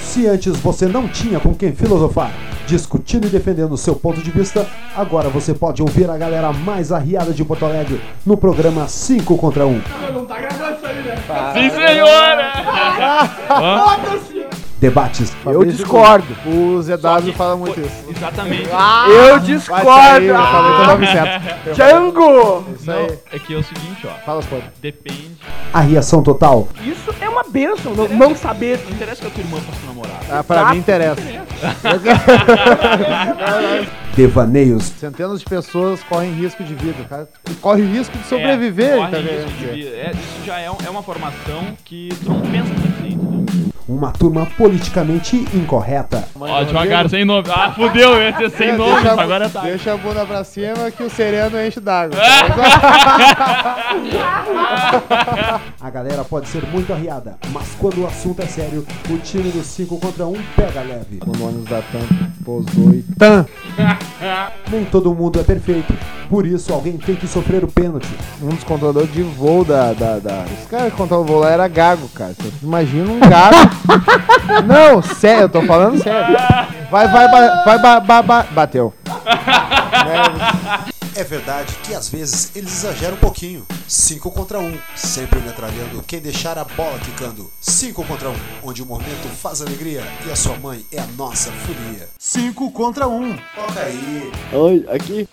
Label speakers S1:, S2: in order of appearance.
S1: Se antes você não tinha com quem filosofar, discutindo e defendendo o seu ponto de vista, agora você pode ouvir a galera mais arriada de Porto Alegre no programa 5 contra 1.
S2: Não tá gravando isso aí, né?
S3: Sim, senhora!
S2: Foda-se!
S1: Debates.
S4: Eu discordo.
S5: O ZW fala muito isso.
S3: Exatamente.
S5: Ah,
S4: Eu
S5: Vai sair,
S4: discordo. Ah.
S5: eu falei que eu tava certo.
S4: Django!
S5: Isso
S3: Não,
S5: aí.
S3: é que é o seguinte, ó.
S5: Fala Ah, as coisas.
S3: Depende.
S1: A reação total.
S4: Isso é uma benção, não, não saber.
S3: Não interessa que a tua irmã possa namorar.
S5: Ah, pra mim interessa.
S1: Devaneios.
S5: Centenas de pessoas correm risco de vida, cara. E Corre o risco de sobreviver,
S3: É, corre
S5: tá
S3: risco de
S5: vendo?
S3: vida. É, isso já é, um- é uma formação que tu não pensa né? pra ti, entendeu?
S1: Uma turma politicamente incorreta.
S3: Ó, devagar, sem nome. Ah, fudeu, ia ser sem
S5: É,
S3: nome,
S5: deixa a-
S3: agora tá. Ah!
S5: Deixa a bunda pra cima que o sereno enche d'água.
S1: A galera pode ser muito arriada, mas quando o assunto é sério, o time do 5 contra 1 pega leve.
S5: O ônibus da TAM pousou e...
S1: Nem todo mundo é perfeito, por isso alguém tem que sofrer o pênalti.
S5: Um dos controladores de voo da... da, da... Os caras que controlam o voo lá era gago, cara. Então, tu imagina um gago... Não, sério, eu tô falando sério. Vai, vai, ba- vai, ba- ba- ba- bateu.
S6: É verdade que às vezes eles exageram um pouquinho. 5 contra 1, sempre metralhando quem deixar a bola quicando. 5 contra 1, onde o momento faz alegria e a sua mãe é a nossa folia. 5 contra 1. Toca aí.
S7: Oi, aqui.